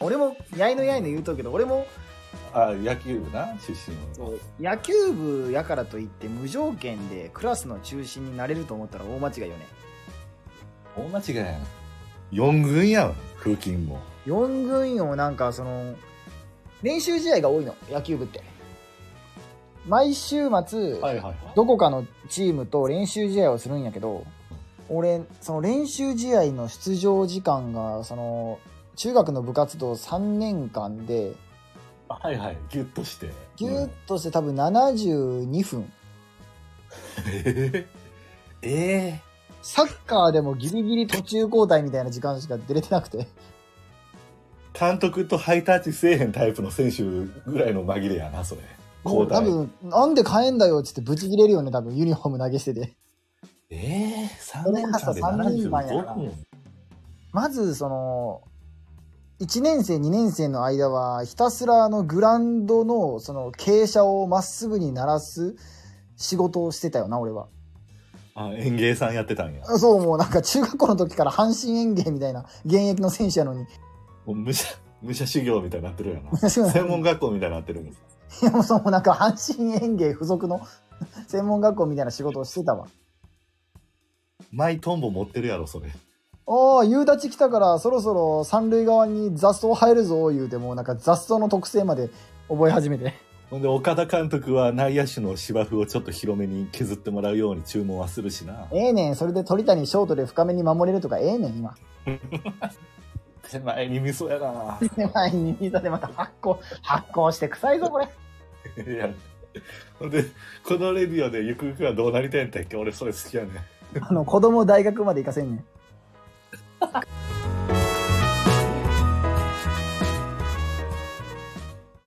俺もやいのやいの言うとくけど俺もあ野球部な出身は野球部やからといって無条件でクラスの中心になれると思ったら大間違いよね大間違いやん四軍やん風琴も4軍よなんかその練習試合が多いの野球部って毎週末、いはいどこかのチームと練習試合をするんやけど俺その練習試合の出場時間がその中学の部活動3年間ではいはいギュッとしてギュッとして多分72分、えええサッカーでもギリギリ途中交代みたいな時間しか出れてなくてえ 監督とハイタッチせえへんタイプの選手ぐらいの紛れやなそれもう交多代分なんで変えんだよっつってブチ切れるよね多分ユニフォーム投げしててええ三3年間で三人間やな75分まずその1年生2年生の間はひたすらあのグラウンドのその傾斜をまっすぐに鳴らす仕事をしてたよな俺はあ園芸さんやってたんやあそうもうなんか中学校の時から阪神園芸みたいな現役の選手やのにもう武者武者修行みたいになってるやな専専門学校みたいになってるんでいすやもうそうもうなんか阪神園芸付属の 専門学校みたいな仕事をしてたわマイトンボ持ってるやろそれああ夕立来たからそろそろ三塁側に雑草入るぞ言うてもうなんか雑草の特性まで覚え始めてほんで岡田監督は内野手の芝生をちょっと広めに削ってもらうように注文はするしなええねんそれで鳥谷ショートで深めに守れるとかええねん今 手前に味噌やな狭いに水でまた発酵発酵して臭いぞこ れいやほんでこのレディオでゆくゆくはどうなりたいんだっけ俺それ好きやねんあの子供大学まで行かせんねん